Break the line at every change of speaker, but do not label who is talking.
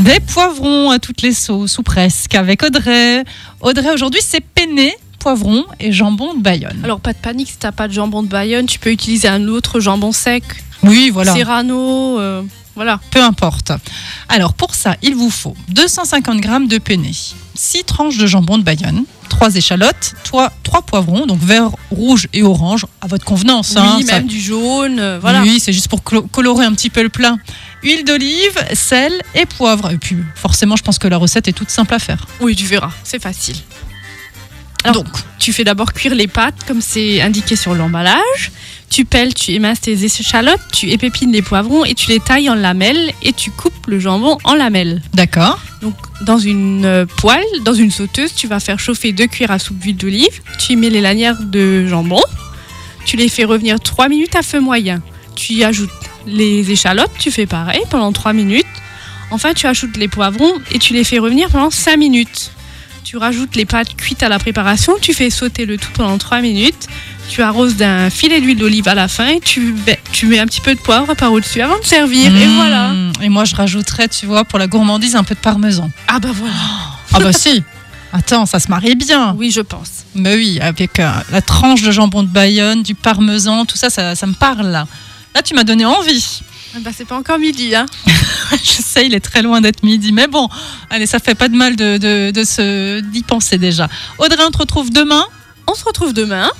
Des poivrons à toutes les sauces, ou presque, avec Audrey. Audrey, aujourd'hui, c'est penne, poivron et jambon de Bayonne.
Alors pas de panique, si t'as pas de jambon de Bayonne, tu peux utiliser un autre jambon sec,
Oui, voilà.
Serrano, euh, voilà.
peu importe. Alors pour ça, il vous faut 250 g de penne, 6 tranches de jambon de Bayonne, 3 échalotes, 3, poivrons, donc vert, rouge et orange, à votre convenance. hein,
oui,
ça-
même du jaune, euh, voilà.
Oui, c'est juste pour clo- colorer un petit peu le plat. Huile d'olive, sel et poivre. Et puis forcément, je pense que la recette est toute simple à faire.
Oui, tu verras, c'est facile. Ah.
donc,
Tu fais d'abord cuire les pâtes comme c'est indiqué sur l'emballage. Tu pelles, tu éminces tes échalotes, tu épépines les poivrons et tu les tailles en lamelles et tu coupes le jambon en lamelles.
d'accord.
Donc dans une euh, poêle, dans une sauteuse, tu vas faire chauffer deux cuillères à soupe d'huile d'olive. Tu y mets les lanières de jambon. Tu les fais revenir 3 minutes à feu moyen. Tu y ajoutes les échalotes, tu fais pareil pendant 3 minutes. Enfin, tu ajoutes les poivrons et tu les fais revenir pendant 5 minutes. Tu rajoutes les pâtes cuites à la préparation, tu fais sauter le tout pendant 3 minutes. Tu arroses d'un filet d'huile d'olive à la fin et tu, tu mets un petit peu de poivre par au-dessus avant de servir. Et
Mmh.
voilà.
Et moi, je rajouterais, tu vois, pour la gourmandise, un peu de parmesan.
Ah bah voilà.
Ah bah si. Attends, ça se marie bien.
Oui, je pense.
Mais oui, avec euh, la tranche de jambon de Bayonne, du parmesan, tout ça, ça, ça me parle là. Là, tu m'as donné envie.
Ah Bah, c'est pas encore midi, hein.
je sais, il est très loin d'être midi, mais bon, allez, ça fait pas de mal de, de, de se d'y penser déjà. Audrey, on te retrouve demain.
On se retrouve demain.